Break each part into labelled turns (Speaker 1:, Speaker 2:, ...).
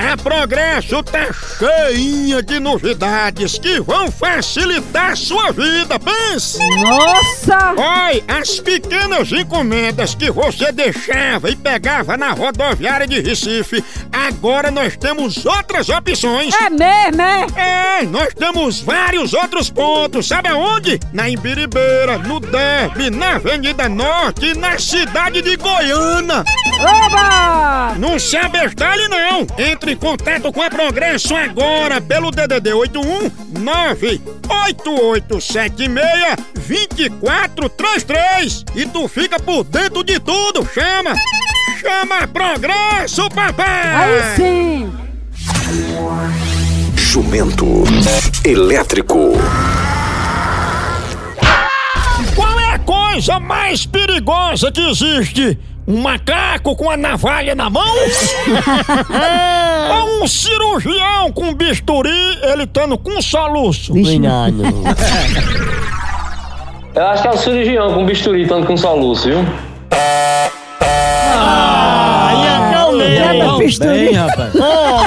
Speaker 1: É Progresso tá cheinha de novidades que vão facilitar sua vida, pense!
Speaker 2: Nossa!
Speaker 1: Oi, as pequenas encomendas que você deixava e pegava na rodoviária de Recife, agora nós temos outras opções.
Speaker 2: É mesmo, é?
Speaker 1: É, nós temos vários outros pontos, sabe aonde? Na Imbiribeira, no Derby, na Avenida Norte e na cidade de Goiânia.
Speaker 2: Oba!
Speaker 1: Não se abestalhe não! Entre em contato com a Progresso agora pelo DDD 81 98876 2433 e tu fica por dentro de tudo! Chama! Chama Progresso, papai!
Speaker 2: Aí sim!
Speaker 3: Jumento elétrico.
Speaker 1: Qual é a coisa mais perigosa que existe? Um macaco com a navalha na mão? Ou um cirurgião com bisturi, ele tando com um soluço?
Speaker 4: Eu acho que é o cirurgião com bisturi, tanto com soluço, viu?
Speaker 1: é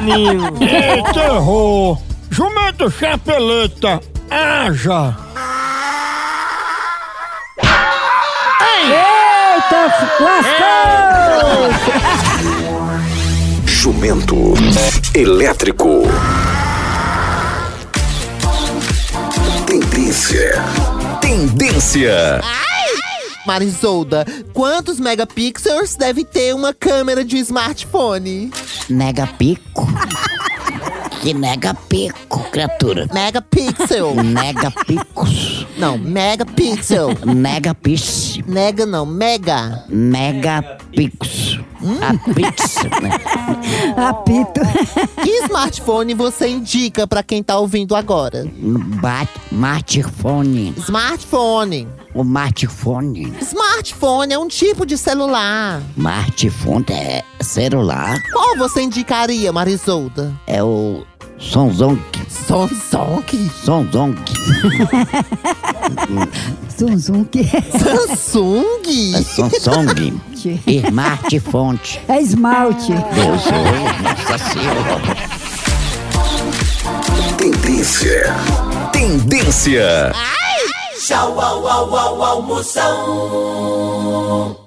Speaker 1: Eita, errou! É, Jumento Chapeleta, haja!
Speaker 2: Eita, f- lascou!
Speaker 3: Jumento elétrico. Tendência. Tendência.
Speaker 5: Marisolda, quantos megapixels deve ter uma câmera de smartphone?
Speaker 6: Mega pico? Que mega pico, criatura?
Speaker 5: Megapixel.
Speaker 6: Mega picos?
Speaker 5: não, megapixel.
Speaker 6: Mega pix?
Speaker 5: Mega não, mega.
Speaker 6: Mega pix? A pix? né?
Speaker 2: Apito.
Speaker 5: Que smartphone você indica pra quem tá ouvindo agora?
Speaker 6: Bat, smartphone.
Speaker 5: Smartphone.
Speaker 6: O smartphone.
Speaker 5: Smartphone é um tipo de celular.
Speaker 6: Smartphone é celular.
Speaker 5: Qual você indicaria, Marisolda?
Speaker 6: É o Samsung.
Speaker 5: Samsung?
Speaker 6: Samsung.
Speaker 2: Zunzunque.
Speaker 5: Samsung?
Speaker 6: É Samsung. Smartphone.
Speaker 2: É esmalte.
Speaker 6: Deus, oi, nossa senhora.
Speaker 3: Tendência. Tendência.
Speaker 7: Tchau, au, au, au, almoção.